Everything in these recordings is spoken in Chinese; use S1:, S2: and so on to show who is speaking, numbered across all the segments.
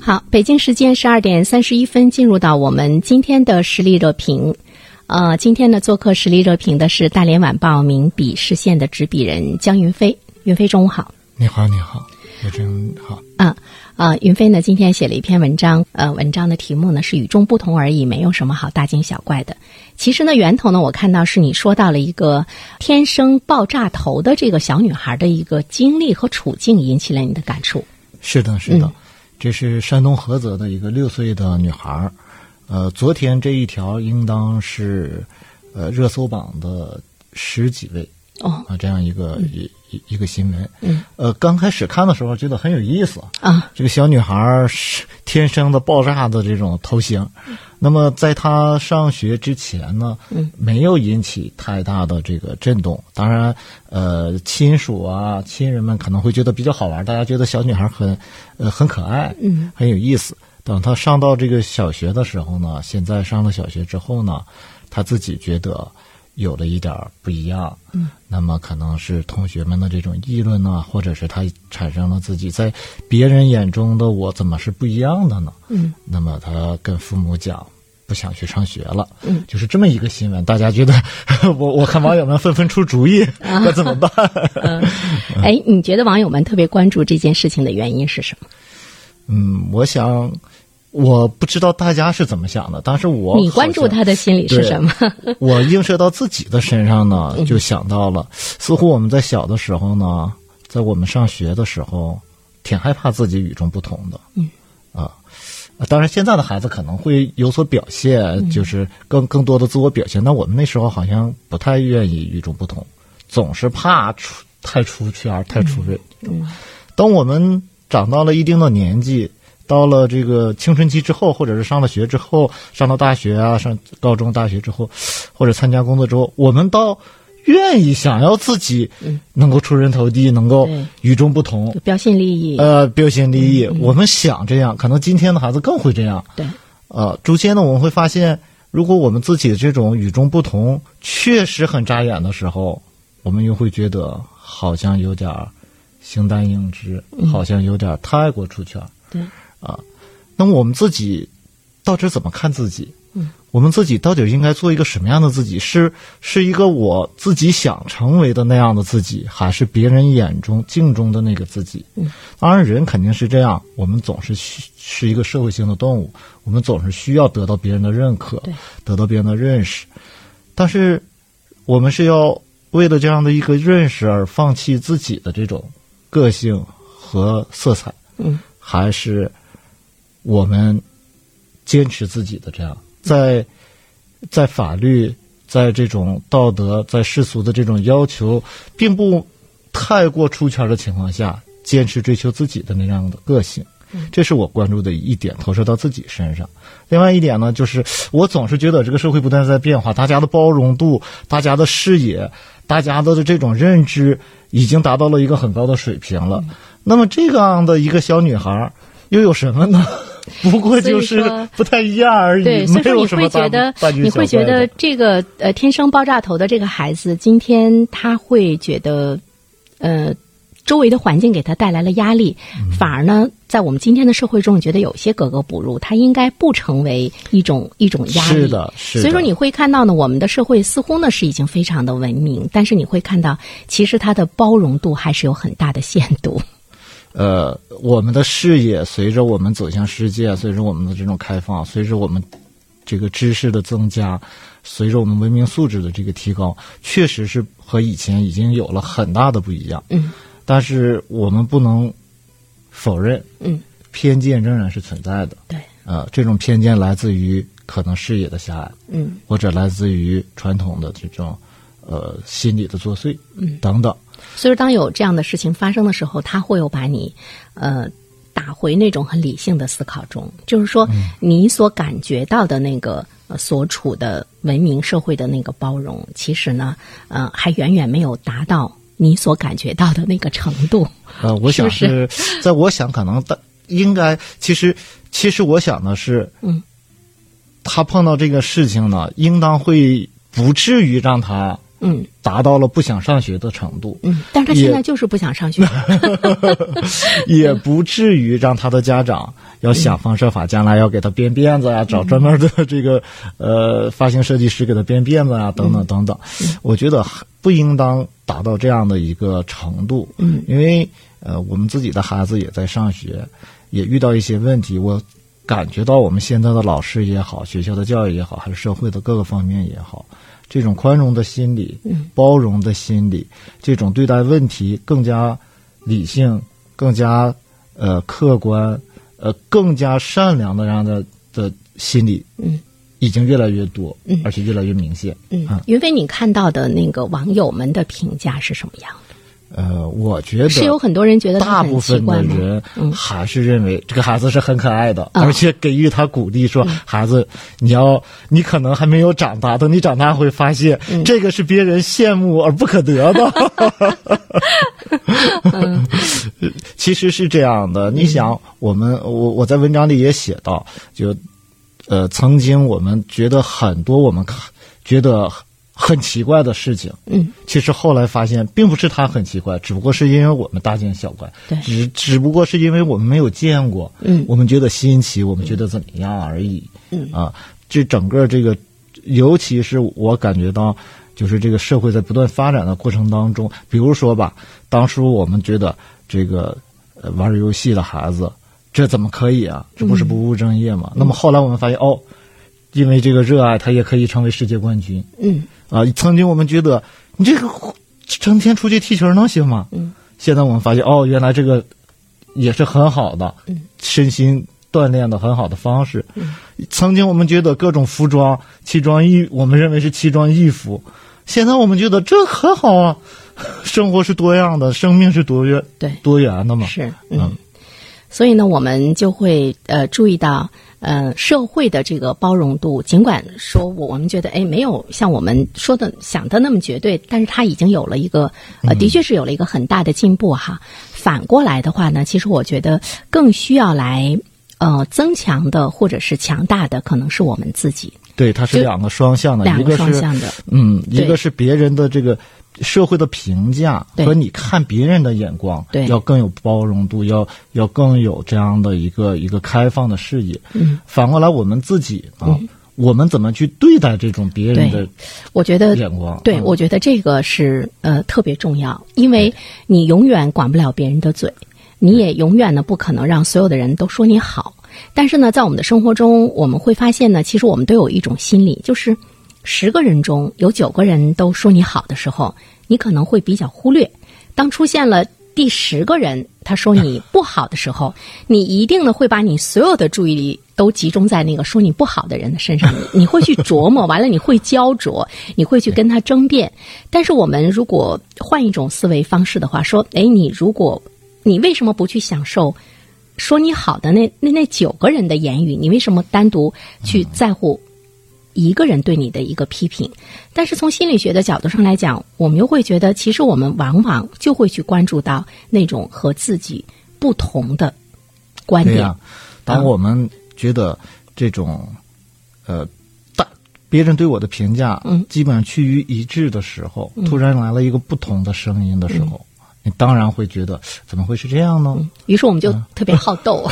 S1: 好，北京时间十二点三十一分，进入到我们今天的实力热评。呃，今天呢，做客实力热评的是大连晚报名笔视线的执笔人江云飞。云飞，中午好。
S2: 你好，你好，我真好。
S1: 啊啊、呃，云飞呢，今天写了一篇文章，呃，文章的题目呢是“与众不同而已，没有什么好大惊小怪的”。其实呢，源头呢，我看到是你说到了一个天生爆炸头的这个小女孩的一个经历和处境，引起了你的感触。
S2: 是的，是的，
S1: 嗯
S2: 这是山东菏泽的一个六岁的女孩儿，呃，昨天这一条应当是呃热搜榜的十几位
S1: 哦
S2: 啊、这样一个、一一一个新闻。
S1: 嗯，
S2: 呃，刚开始看的时候觉得很有意思，
S1: 啊，
S2: 这个小女孩儿是天生的爆炸的这种头型，那么在她上学之前呢，没有引起太大的这个震动。当然，呃，亲属啊、亲人们可能会觉得比较好玩，大家觉得小女孩很，呃，很可爱，嗯，很有意思。等她上到这个小学的时候呢，现在上了小学之后呢，她自己觉得有了一点儿不一样，嗯，那么可能是同学们的这种议论呐、或者是她产生了自己在别人眼中的我怎么是不一样的呢？
S1: 嗯，
S2: 那么她跟父母讲。不想去上学了，嗯，就是这么一个新闻，大家觉得 我我看网友们纷纷出主意，
S1: 啊
S2: 该怎么办？
S1: 哎，你觉得网友们特别关注这件事情的原因是什么？
S2: 嗯，我想，我不知道大家是怎么想的，但是我
S1: 你关注
S2: 好像
S1: 他的心理是
S2: 对
S1: 什么？
S2: 我映射到自己的身上呢，就想到了，似乎我们在小的时候呢，在我们上学的时候，挺害怕自己与众不同的。嗯，啊，当然现在的孩子可能会有所表
S1: 嗯
S2: 现，就是更更多的自我表现。但我们那时候好像不太愿意与众不同，总是怕出太出圈儿、太出位。嗯，当我们长到了一定的年纪，到了这个青春期之后，或者是上了学之后，上到大学啊，上高中、大学之后，或者参加工作之后，我们倒愿意想要自己能够出人头地，能够
S1: 嗯对
S2: 与众不同
S1: 有，标新立异，
S2: 呃，标新立异。我们想这样，可能今天的孩子更会这样。
S1: 对，
S2: 呃，逐渐的我们会发现，如果我们自己的这种与众不同确实很扎眼的时候，我们又会觉得好像有点儿形单影只，好像有点儿太过出圈。
S1: 对
S2: 啊，那么我们自己到底怎么看自己？嗯，我们自己到底应该做一个什么样的自己？是是一个我自己想成为的那样的自己，还是别人眼中镜中的那个自己？嗯，当然，人肯定是这样。我们总是需是一个社会性的动物，我们总是需要得到别人的认可
S1: 对，
S2: 得到别人的认识。但是，我们是要为了这样的一个认识而放弃自己的这种个性和色彩，
S1: 嗯，
S2: 还是我们坚持自己的这样，在在法律、在这种道德、在世俗的这种要求，并不太过出圈的情况下，坚持追求自己的那样的个性。
S1: 嗯
S2: 这是我关注的一点，投射到自己身上。另外一点呢，就是我总是觉得这个社会不断地在变化，大家的包容度、大家的视野、大家的这种认知已经达到了一个很高的水平了。
S1: 嗯
S2: 那么这样的一个小女孩儿又有什么呢？ 不过
S1: 所
S2: 就
S1: 以
S2: 是
S1: 说
S2: 不太一样而已，
S1: 对，所以
S2: 没
S1: 说
S2: 有
S1: 你
S2: 什么
S1: 会
S2: 大
S1: 觉得
S2: 大，惊
S1: 你
S2: 小
S1: 会觉
S2: 怪的
S1: 得这个呃天生爆炸头的这个孩子，今天他会觉得，呃，周围的环境给他带来了压力，
S2: 嗯
S1: 反而呢，在我们今天的社会中，你觉得有些格格不入，他应该不成为一种一种压力。
S2: 是的，是的。
S1: 所以说你会看到呢，我们的社会似乎呢是已经非常的文明，但是你会看到，其实它的包容度还是有很大的限度。
S2: 呃，我们的视野随着我们走向世界，随着我们的这种开放，随着我们这个知识的增加，随着我们文明素质的这个提高，确实是和以前已经有了很大的不一样。嗯，但是我们不能否认，
S1: 嗯，
S2: 偏见仍然是存在的。
S1: 对，
S2: 啊，这种偏见来自于可能视野的狭隘，
S1: 嗯，
S2: 或者来自于传统的这种呃心理的作祟，嗯，等等。
S1: 所以说，当有这样的事情发生的时候，他会有把你，呃，打回那种很理性的思考中。就是说，你所感觉到的那个、呃、所处的文明社会的那个包容，其实呢，呃，还远远没有达到你所感觉到的那个程度。
S2: 呃，我想
S1: 是不
S2: 是，在我想可能大应该，其实其实我想的是，
S1: 嗯，
S2: 他碰到这个事情呢，应当会不至于让他
S1: 嗯
S2: 达到了不想上学的程度，
S1: 嗯，但是他
S2: 也
S1: 现在就是不想上学。
S2: 也不至于让他的家长要想方设法，将来要给他编辫子啊，找专门的这个呃发型设计师给他编辫子啊，等等等等。我觉得还不应当达到这样的一个程度，
S1: 嗯
S2: 因为呃我们自己的孩子也在上学，也遇到一些问题，我。感觉到我们现在的老师也好，学校的教育也好，还是社会的各个方面也好，这种宽容的心理、
S1: 嗯
S2: 包容的心理，这种对待问题更加理性、更加呃客观、呃更加善良的这样的的心理，
S1: 嗯，
S2: 已经越来越多，而且越来越明显。啊
S1: 嗯，云飞，你看到的那个网友们的评价是什么样的？
S2: 呃，我觉得
S1: 是有很多人觉得他
S2: 大部
S1: 很奇
S2: 分
S1: 怪
S2: 的
S1: 吗？嗯
S2: 人还是认为这个孩子是很可爱的，而且给予他鼓励，
S1: 嗯
S2: 说孩子，你要你可能还没有长大，等你长大会发现
S1: 嗯
S2: 这个是别人羡慕而不可得的。
S1: 嗯
S2: 其实是这样的，你想，我们我我在文章里也写到，就呃，曾经我们觉得很多我们看觉得很奇怪的事情，
S1: 嗯，
S2: 其实后来发现，并不是他很奇怪，只不过是因为我们大惊小怪，
S1: 对
S2: 只只不过是因为我们没有见过，
S1: 嗯
S2: 我们觉得新奇，我们觉得怎么样而已，嗯啊，这整个这个，尤其是我感觉到，就是这个社会在不断发展的过程当中，比如说吧，当初我们觉得这个呃玩游戏的孩子，这怎么可以啊？这不是不务正业吗？
S1: 嗯
S2: 那么后来我们发现，哦，因为这个热爱，他也可以成为世界冠军，
S1: 嗯
S2: 啊，曾经我们觉得你这个成天出去踢球能行吗？
S1: 嗯，
S2: 现在我们发现哦，原来这个也是很好的，
S1: 嗯，
S2: 身心锻炼的很好的方式。嗯，曾经我们觉得各种服装、奇装异，我们认为是奇装异服，现在我们觉得这很好啊。生活是多样的，生命是多元
S1: 对
S2: 多元的嘛。
S1: 是
S2: 嗯，
S1: 所以呢，我们就会呃注意到，呃，社会的这个包容度，尽管说我我们觉得哎没有像我们说的想的那么绝对，但是它已经有了一个
S2: 嗯
S1: 呃，的确是有了一个很大的进步哈。反过来的话呢，其实我觉得更需要来呃增强的或者是强大的，可能是我们自己
S2: 对，它是
S1: 就
S2: 两个双向的，
S1: 两
S2: 啊一
S1: 个
S2: 个
S1: 双
S2: 是
S1: 向的。
S2: 嗯，一
S1: 对
S2: 个是别人的这个社会的评价
S1: 对
S2: 和你看别人的眼光，
S1: 对
S2: 要更有包容度，要要更有这样的一个一个开放的视野。嗯，反过来我们自己啊，
S1: 嗯
S2: 我们怎么去对待这种别人的
S1: 我觉得
S2: 眼光？
S1: 呃对，
S2: 嗯
S1: 我觉得这个是呃特别重要，因为你永远管不了别人的嘴，你也永远呢不可能让所有的人都说你好。但是呢，在我们的生活中，我们会发现呢，其实我们都有一种心理，就是十个人中有九个人都说你好的时候，你可能会比较忽略。当出现了第十个人他说你不好的时候， 你一定呢会把你所有的注意力都集中在那个说你不好的人的身上，你你会去琢磨，完了你会焦灼，你会去跟他争辩。但是我们如果换一种思维方式的话，说，哎，你如果你为什么不去享受说你好的那那那九个人的言语？你为什么单独去在乎一个人对你的一个批评？但是从心理学的角度上来讲，我们又会觉得，其实我们往往就会去关注到那种和自己不同的观
S2: 对
S1: 点。啊
S2: 呀、当我们觉得这种呃大别人对我的评价，
S1: 嗯
S2: 基本上趋于一致的时候，突然来了一个不同的声音的时候，
S1: 嗯
S2: 你当然会觉得怎么会是这样呢？
S1: 于是我们就特别好 斗，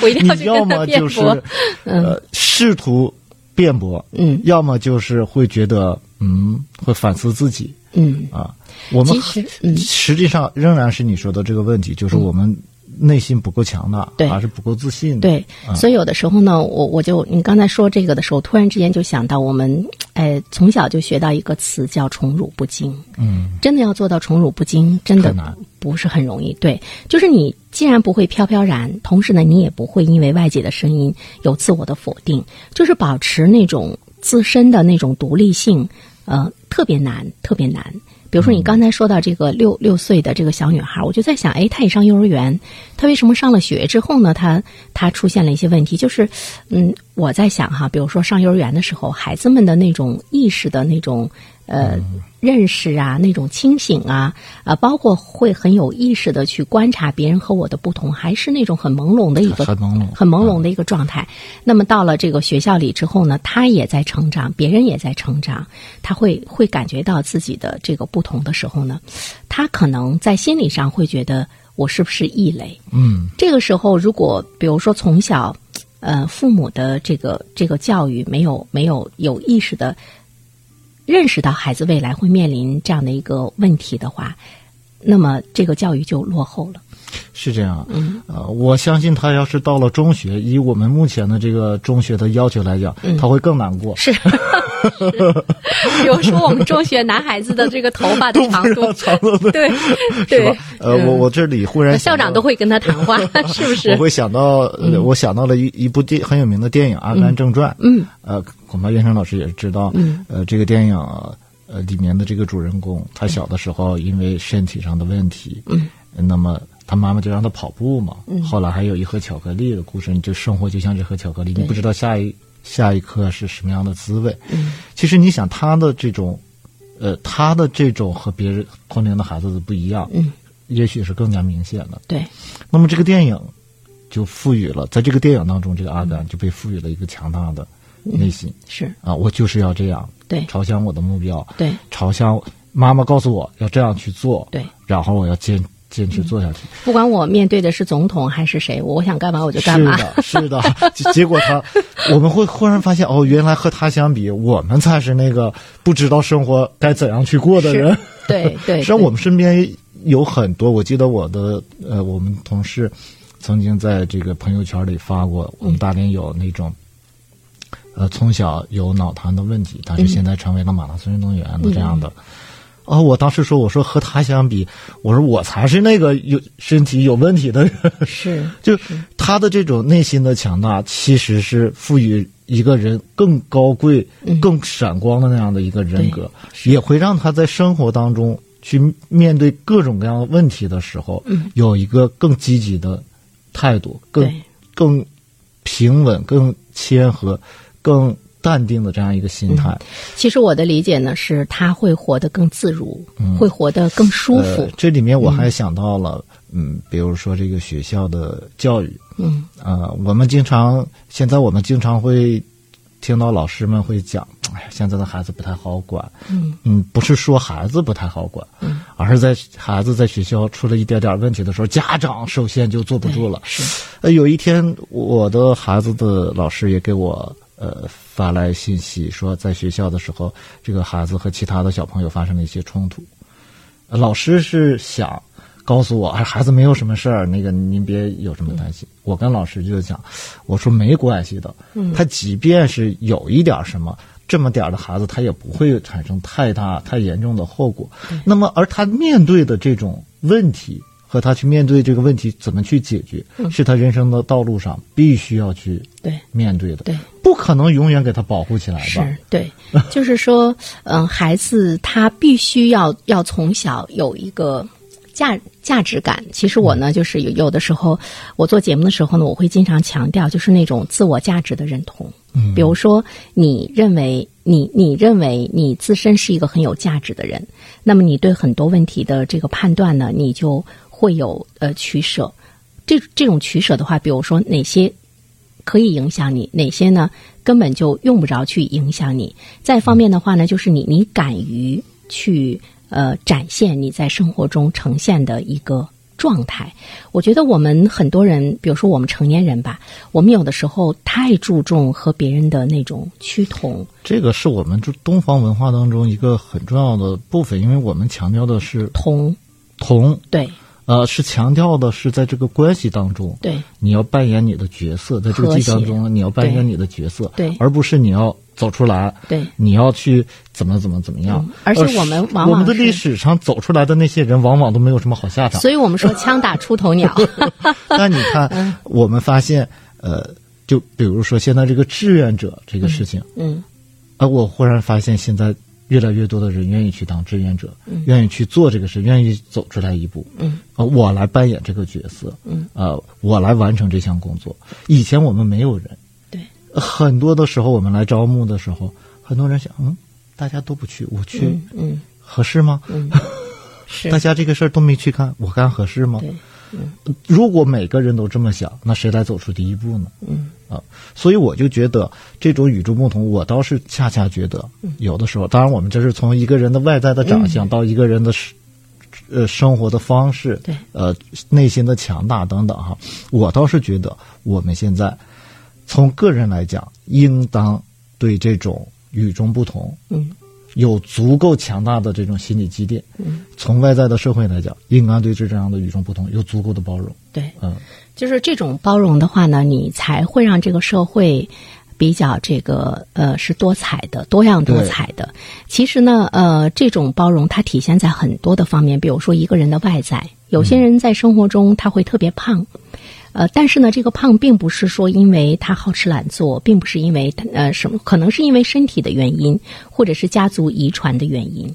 S1: 我一 定要
S2: 嗯你
S1: 去
S2: 要
S1: 跟他
S2: 么
S1: 辩
S2: 就是
S1: 驳。、
S2: 呃试图辩驳，
S1: 嗯
S2: 要么就是会觉得嗯会反思自己
S1: 嗯，
S2: 啊。我们
S1: 其实嗯
S2: 实际上仍然是你说的这个问题，就是我们内心不够强大，
S1: 对
S2: 还是不够自信的。
S1: 对，所以有的时候呢，我我就你刚才说这个的时候，突然之间就想到我们，哎，从小就学到一个词叫宠辱不惊。
S2: 嗯，
S1: 真的要做到宠辱不惊，真的
S2: 很难
S1: 不是很容易。对，就是你既然不会飘飘然，同时呢，你也不会因为外界的声音有自我的否定，就是保持那种自身的那种独立性，呃，特别难，特别难。比如说你刚才说到这个六六岁的这个小女孩，我就在想，哎，她也上幼儿园，她为什么上了学之后呢？她她出现了一些问题，就是，嗯，我在想哈，比如说上幼儿园的时候，孩子们的那种意识的那种呃认识啊，那种清醒啊，啊、包括会很有意识的去观察别人和我的不同，还是那种很朦胧的一个
S2: 很朦胧
S1: 很朦胧的一个状态。那么到了这个学校里之后呢，他也在成长，别人也在成长，他会会感觉到自己的这个不同的时候呢，他可能在心理上会觉得我是不是异类？
S2: 嗯，
S1: 这个时候，如果比如说从小，呃，父母的这个这个教育没有没有有意识的认识到孩子未来会面临这样的一个问题的话，那么这个教育就落后了。
S2: 是这样。嗯，呃，我相信他要是到了中学，以我们目前的这个中学的要求来讲，他会更难过。
S1: 嗯 是， 比如说我们中学男孩子的这个头发的长度，
S2: 长度 的
S1: 对
S2: 是
S1: 对嗯
S2: 吧，？呃，我我这里忽然
S1: 校
S2: 想到
S1: 长都会跟他谈话， 是不
S2: 我
S1: 是？
S2: 会想到，呃我想到了一一部电很有名的电影《阿甘正传》。嗯，呃，恐怕袁成老师也知道。嗯，呃，这个电影呃里面的这个主人公，他小的时候因为身体上的问题，嗯，那么他妈妈就让他跑步嘛。嗯，后来还有一盒巧克力的故事，你就生活就像这盒巧克力，你不知道下一下一刻是什么样的滋味。嗯，其实你想他的这种，呃，他的这种和别人同龄的孩子的不一样。嗯。也许是更加明显的，
S1: 对，
S2: 那么这个电影就赋予了，在这个电影当中，这个阿甘就被赋予了一个强大的内心、
S1: 是，
S2: 啊，我就是要这样，
S1: 对
S2: 朝向我的目标，
S1: 对，
S2: 朝向妈妈告诉我要这样去做，
S1: 对，嗯
S2: 然后我要坚坚持做下去。
S1: 不管我面对的是总统还是谁，我想干嘛我就干
S2: 是
S1: 嘛。
S2: 的， 是的。结结果他，我们会忽然发现，哦，原来和他相比，我们才是那个不知道生活该怎样去过的
S1: 是
S2: 人。
S1: 对对，
S2: 实际上，我们身边有很多，我记得我的呃，我们同事曾经在这个朋友圈里发过，
S1: 嗯
S2: 我们大连有那种。呃，从小有脑瘫的问题，但是现在成为了马拉松运动员的这样的，
S1: 嗯
S2: 哦，我当时说，我说和他相比，我说我才是那个有身体有问题的人，
S1: 对是
S2: 就他的这种内心的强大，其实是赋予一个人更高贵、更闪光的那样的一个人格，也会让他在生活当中去面对各种各样的问题的时候，有一个更积极的态度，更
S1: 对
S2: 更平稳、更谦和、更淡定的这样一个心态。
S1: 其实我的理解呢是，他会活得更自如，
S2: 嗯
S1: 会活得更舒服。
S2: 呃。这里面我还想到了，嗯比如说这个学校的教育，
S1: 嗯，
S2: 呃，我们经常现在我们经常会听到老师们会讲，哎呀，现在的孩子不太好管，嗯不是说孩子不太好管，嗯，而是在孩子在学校出了一点点问题的时候，家长首先就坐不住了。呃，有一天我的孩子的老师也给我。呃，发来信息说，在学校的时候，这个孩子和其他的小朋友发生了一些冲突。老师是想告诉我，哎，孩子没有什么事儿，那个您别有什么担心。我跟老师就讲，我说没关系的，他即便是有一点什么。这么点儿的孩子，他也不会产生太大、太严重的后果。那么，而他面对的这种问题和他去面对这个问题怎么去解决，是他人生的道路上必须要去
S1: 对
S2: 面对的。
S1: 对，
S2: 不可能永远给他保护起来吧？
S1: 是对，就是说，嗯、孩子他必须要要从小有一个价价值感。其实我呢，就是有有的时候我做节目的时候呢，我会经常强调，就是那种自我价值的认同。嗯，比如说，你认为你你认为你自身是一个很有价值的人，那么你对很多问题的这个判断呢，你就会有呃取舍。这这种取舍的话，比如说哪些可以影响你，哪些呢根本就用不着去影响你。再一方面的话呢，就是你你敢于去呃展现你在生活中呈现的一个状态。我觉得我们很多人，比如说我们成年人吧，我们有的时候太注重和别人的那种趋同，
S2: 这个是我们就东方文化当中一个很重要的部分，因为我们强调的是
S1: 同
S2: 同
S1: 对
S2: 呃，是强调的是在这个关系当中，
S1: 对，
S2: 你要扮演你的角色，在这个
S1: 和
S2: 剧
S1: 谐
S2: 当中，你要扮
S1: 对
S2: 演你的角色，
S1: 对
S2: 而不是你要走出来，
S1: 对
S2: 你要去怎么怎么怎么样
S1: 嗯。而且我们往往
S2: 我们的
S1: 是
S2: 历史上走出来的那些人，往往都没有什么好下场。
S1: 所以我们说枪打出头鸟，
S2: 但你
S1: 嗯
S2: 看，我们发现，呃，就比如说现在这个志愿者这个事情，
S1: 嗯
S2: 啊，我忽然发现现在越来越多的人愿意去当志愿者，愿意去做这个事，愿意走出来一步。
S1: 嗯，
S2: 啊，我来扮演这个角色。
S1: 嗯，
S2: 啊，我来完成这项工作。以前我们没有人，
S1: 对，
S2: 很多的时候我们来招募的时候，很多人想，嗯，大家都不去，我去、
S1: 嗯嗯，
S2: 合适吗？
S1: 是
S2: 大家这个事儿都没去干，我干合适吗？
S1: 对，
S2: 如果每个人都这么想，那谁来走出第一步呢？
S1: 嗯
S2: 啊，所以我就觉得这种与众不同，我倒是恰恰觉得，
S1: 嗯
S2: 有的时候，当然我们这是从一个人的外在的长相到一个人的是呃生活的方式，
S1: 对
S2: 呃内心的强大等等哈，我倒是觉得我们现在从个人来讲，应当对这种与众不同
S1: 嗯
S2: 有足够强大的这种心理积淀，
S1: 嗯，
S2: 从外在的社会来讲，应当对这样的与众不同有足够的包容，
S1: 对，
S2: 嗯。
S1: 就是这种包容的话呢，你才会让这个社会比较这个呃是多彩的、多样多彩的。其实呢，呃，这种包容它体现在很多的方面，比如说一个人的外在，有些人在生活中他会特别胖。呃，但是呢，这个胖并不是说因为他好吃懒做，并不是因为他呃什么，可能是因为身体的原因，或者是家族遗传的原因。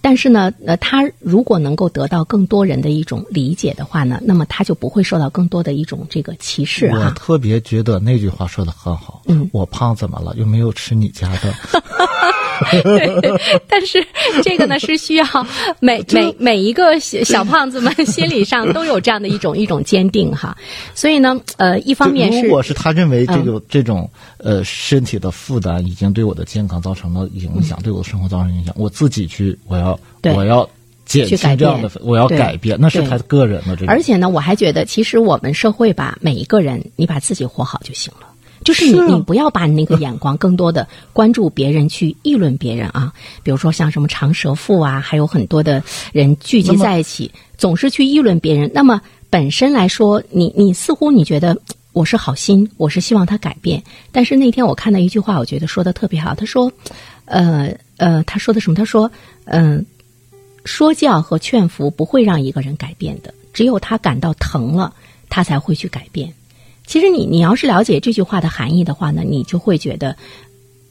S1: 但是呢，呃，他如果能够得到更多人的一种理解的话呢，那么他就不会受到更多的一种这个歧视
S2: 我
S1: 啊。
S2: 特别觉得那句话说的很好，
S1: 嗯
S2: 我胖怎么了？又没有吃你家的，
S1: 但是这个呢，是需要每每每一个小小胖子们心理上都有这样的一种一种坚定哈。所以呢，呃，一 方面嗯
S2: 就是如果是他认为这个、这种呃身体的负担已经对我的健康造成了影响，对我的生活造成影响，我自己去，我要
S1: 对
S2: 我要减
S1: 去改
S2: 轻这样的
S1: 变，
S2: 我要
S1: 对
S2: 改变，那是
S1: 对
S2: 他个人的这个。
S1: 而且呢，我还觉得，其实我们社会吧，每一个人，你把自己活好就行了。就是你，
S2: 是啊
S1: 你不要把你那个眼光更多的关注别人，去议论别人啊。比如说像什么长舌妇啊，还有很多的人聚集在一起，总是去议论别人。那么本身来说，你你似乎你觉得我是好心，我是希望他改变。但是那天我看到一句话，我觉得说的特别好。他说，呃呃，他说的什么？他说，嗯、说教和劝服不会让一个人改变的，只有他感到疼了，他才会去改变。其实你你要是了解这句话的含义的话呢，你就会觉得，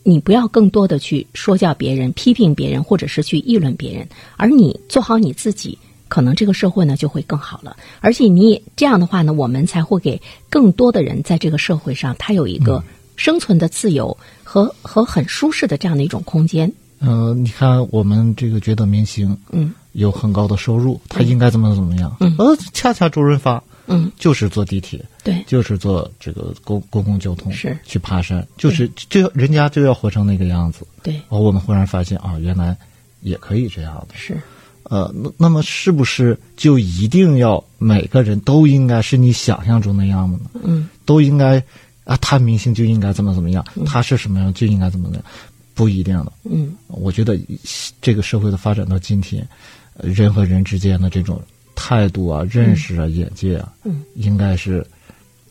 S1: 你不要更多的去说教别人、批评别人，或者是去议论别人，而你做好你自己，可能这个社会呢就会更好了。而且你也这样的话呢，我们才会给更多的人在这个社会上，他有一个生存的自由和、和很舒适的这样的一种空间。
S2: 嗯、你看我们这个觉得明星，
S1: 嗯，
S2: 有很高的收入，他应该怎么怎么样？嗯，呃，恰恰周润发，
S1: 嗯，
S2: 就是坐地铁，
S1: 对
S2: 就是坐这个公公共交通，
S1: 是
S2: 去爬山，就是就人家就要活成那个样子。
S1: 对，
S2: 哦，我们忽然发现啊，原来也可以这样的。
S1: 是。
S2: 呃，那那么是不是就一定要每个人都应该是你想象中那样的呢？
S1: 嗯，
S2: 都应该啊，他明星就应该怎么怎么样，他是什么样就应该怎么怎么样，不一定的。
S1: 嗯，
S2: 我觉得这个社会的发展到今天，呃人和人之间的这种态度啊、认识啊、眼界啊，
S1: 嗯
S2: 应该是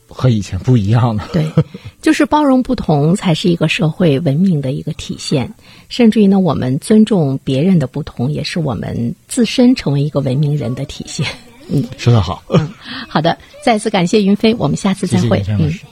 S2: 和以前不一样 的。
S1: 对，就是包容不同才是一个社会文明的一个体现。甚至于呢，我们尊重别人的不同，也是我们自身成为一个文明人的体现。
S2: 说得好，
S1: 好的，再次感谢云飞，我们下次
S2: 谢
S1: 再
S2: 谢
S1: 会。
S2: 袁山老
S1: 嗯
S2: 师。